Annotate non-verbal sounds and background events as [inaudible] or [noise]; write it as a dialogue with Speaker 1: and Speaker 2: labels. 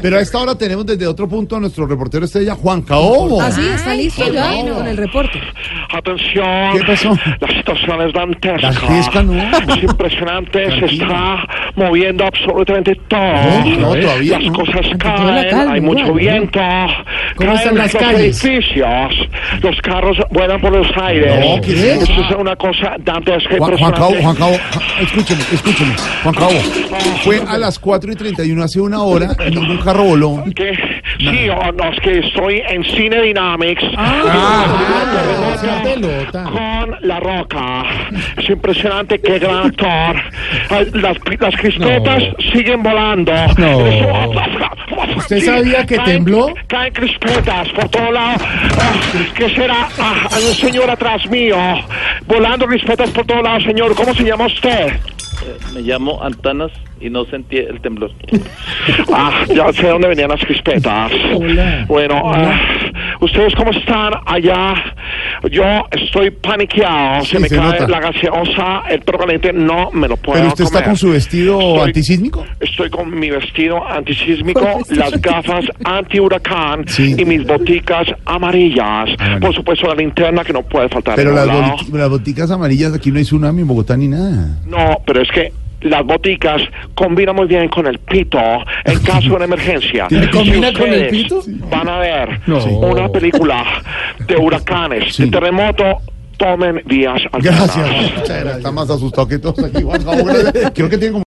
Speaker 1: Pero a esta hora tenemos desde otro punto a nuestro reportero estrella, Juan Caobo.
Speaker 2: Así está listo
Speaker 3: qué
Speaker 2: ya
Speaker 3: bueno.
Speaker 2: con el reporte.
Speaker 4: Atención.
Speaker 1: ¿Qué pasó?
Speaker 4: La situación es dantesca.
Speaker 1: Dantesca, no.
Speaker 4: Es impresionante. Se
Speaker 1: Tranquilo.
Speaker 4: está moviendo absolutamente todo.
Speaker 1: No, no, todavía
Speaker 4: Las
Speaker 1: no.
Speaker 4: cosas
Speaker 2: Ante todo la
Speaker 4: caen.
Speaker 2: calma,
Speaker 4: hay mucho
Speaker 2: igual, ¿no?
Speaker 4: viento.
Speaker 1: ¿eh? ¿Cómo
Speaker 4: caen
Speaker 1: están las
Speaker 4: los
Speaker 1: calles?
Speaker 4: edificios. Los carros vuelan por los aires.
Speaker 1: No, ¿qué es?
Speaker 4: Esto es una cosa dantesca.
Speaker 1: Juan, Juan
Speaker 4: impresionante.
Speaker 1: Cabo, Juan Cabo, ja- escúcheme, escúcheme. Juan Cabo, fue a las 4 y 31 hace una hora y ningún carro voló.
Speaker 4: Que- Sí, o no, es que estoy en Cine Dynamics.
Speaker 1: Ah,
Speaker 4: con La Roca. Es impresionante qué gran actor. Ay, Las, las crispetas siguen volando.
Speaker 1: No.
Speaker 4: ¿Usted
Speaker 1: sabía que tembló?
Speaker 4: Caen crispetas por todo lado. Ah, ¿Qué será? Ah, hay un señor atrás mío. Volando crispetas por todo lado, señor. ¿Cómo se llama usted?
Speaker 5: Me llamo Antanas y no sentí el temblor.
Speaker 4: Ah, ya sé dónde venían las crispetas. Bueno, ah, ¿ustedes cómo están allá? Yo estoy paniqueado,
Speaker 1: Sí,
Speaker 4: se me
Speaker 1: se
Speaker 4: cae
Speaker 1: nota.
Speaker 4: la gaseosa, el perro caliente no me lo puedo
Speaker 1: ¿Pero usted está
Speaker 4: comer.
Speaker 1: con su vestido
Speaker 4: Estoy-
Speaker 1: antisísmico?
Speaker 4: Estoy con mi vestido antisísmico,
Speaker 2: Con
Speaker 4: las gafas anti-huracán
Speaker 1: Sí. Ah,
Speaker 4: y mis boticas amarillas.
Speaker 1: bueno.
Speaker 4: Por supuesto, la linterna que no puede faltar.
Speaker 1: Pero
Speaker 4: en
Speaker 1: las,
Speaker 4: un lado.
Speaker 1: boli- las boticas amarillas aquí no hay tsunami en Bogotá ni nada.
Speaker 4: No, pero es que las boticas combinan muy bien con el pito
Speaker 1: [laughs]
Speaker 4: en caso de una emergencia.
Speaker 1: ¿Tiene- combina
Speaker 4: Si
Speaker 1: con el
Speaker 4: ustedes
Speaker 1: pito?
Speaker 4: Van a ver
Speaker 1: No.
Speaker 4: una película de huracanes,
Speaker 1: Sí.
Speaker 4: de terremoto. Tomen vías alternas.
Speaker 1: Gracias. Está más asustado que todos aquí, Juan Cabo. Gracias. [laughs] Creo que tiene como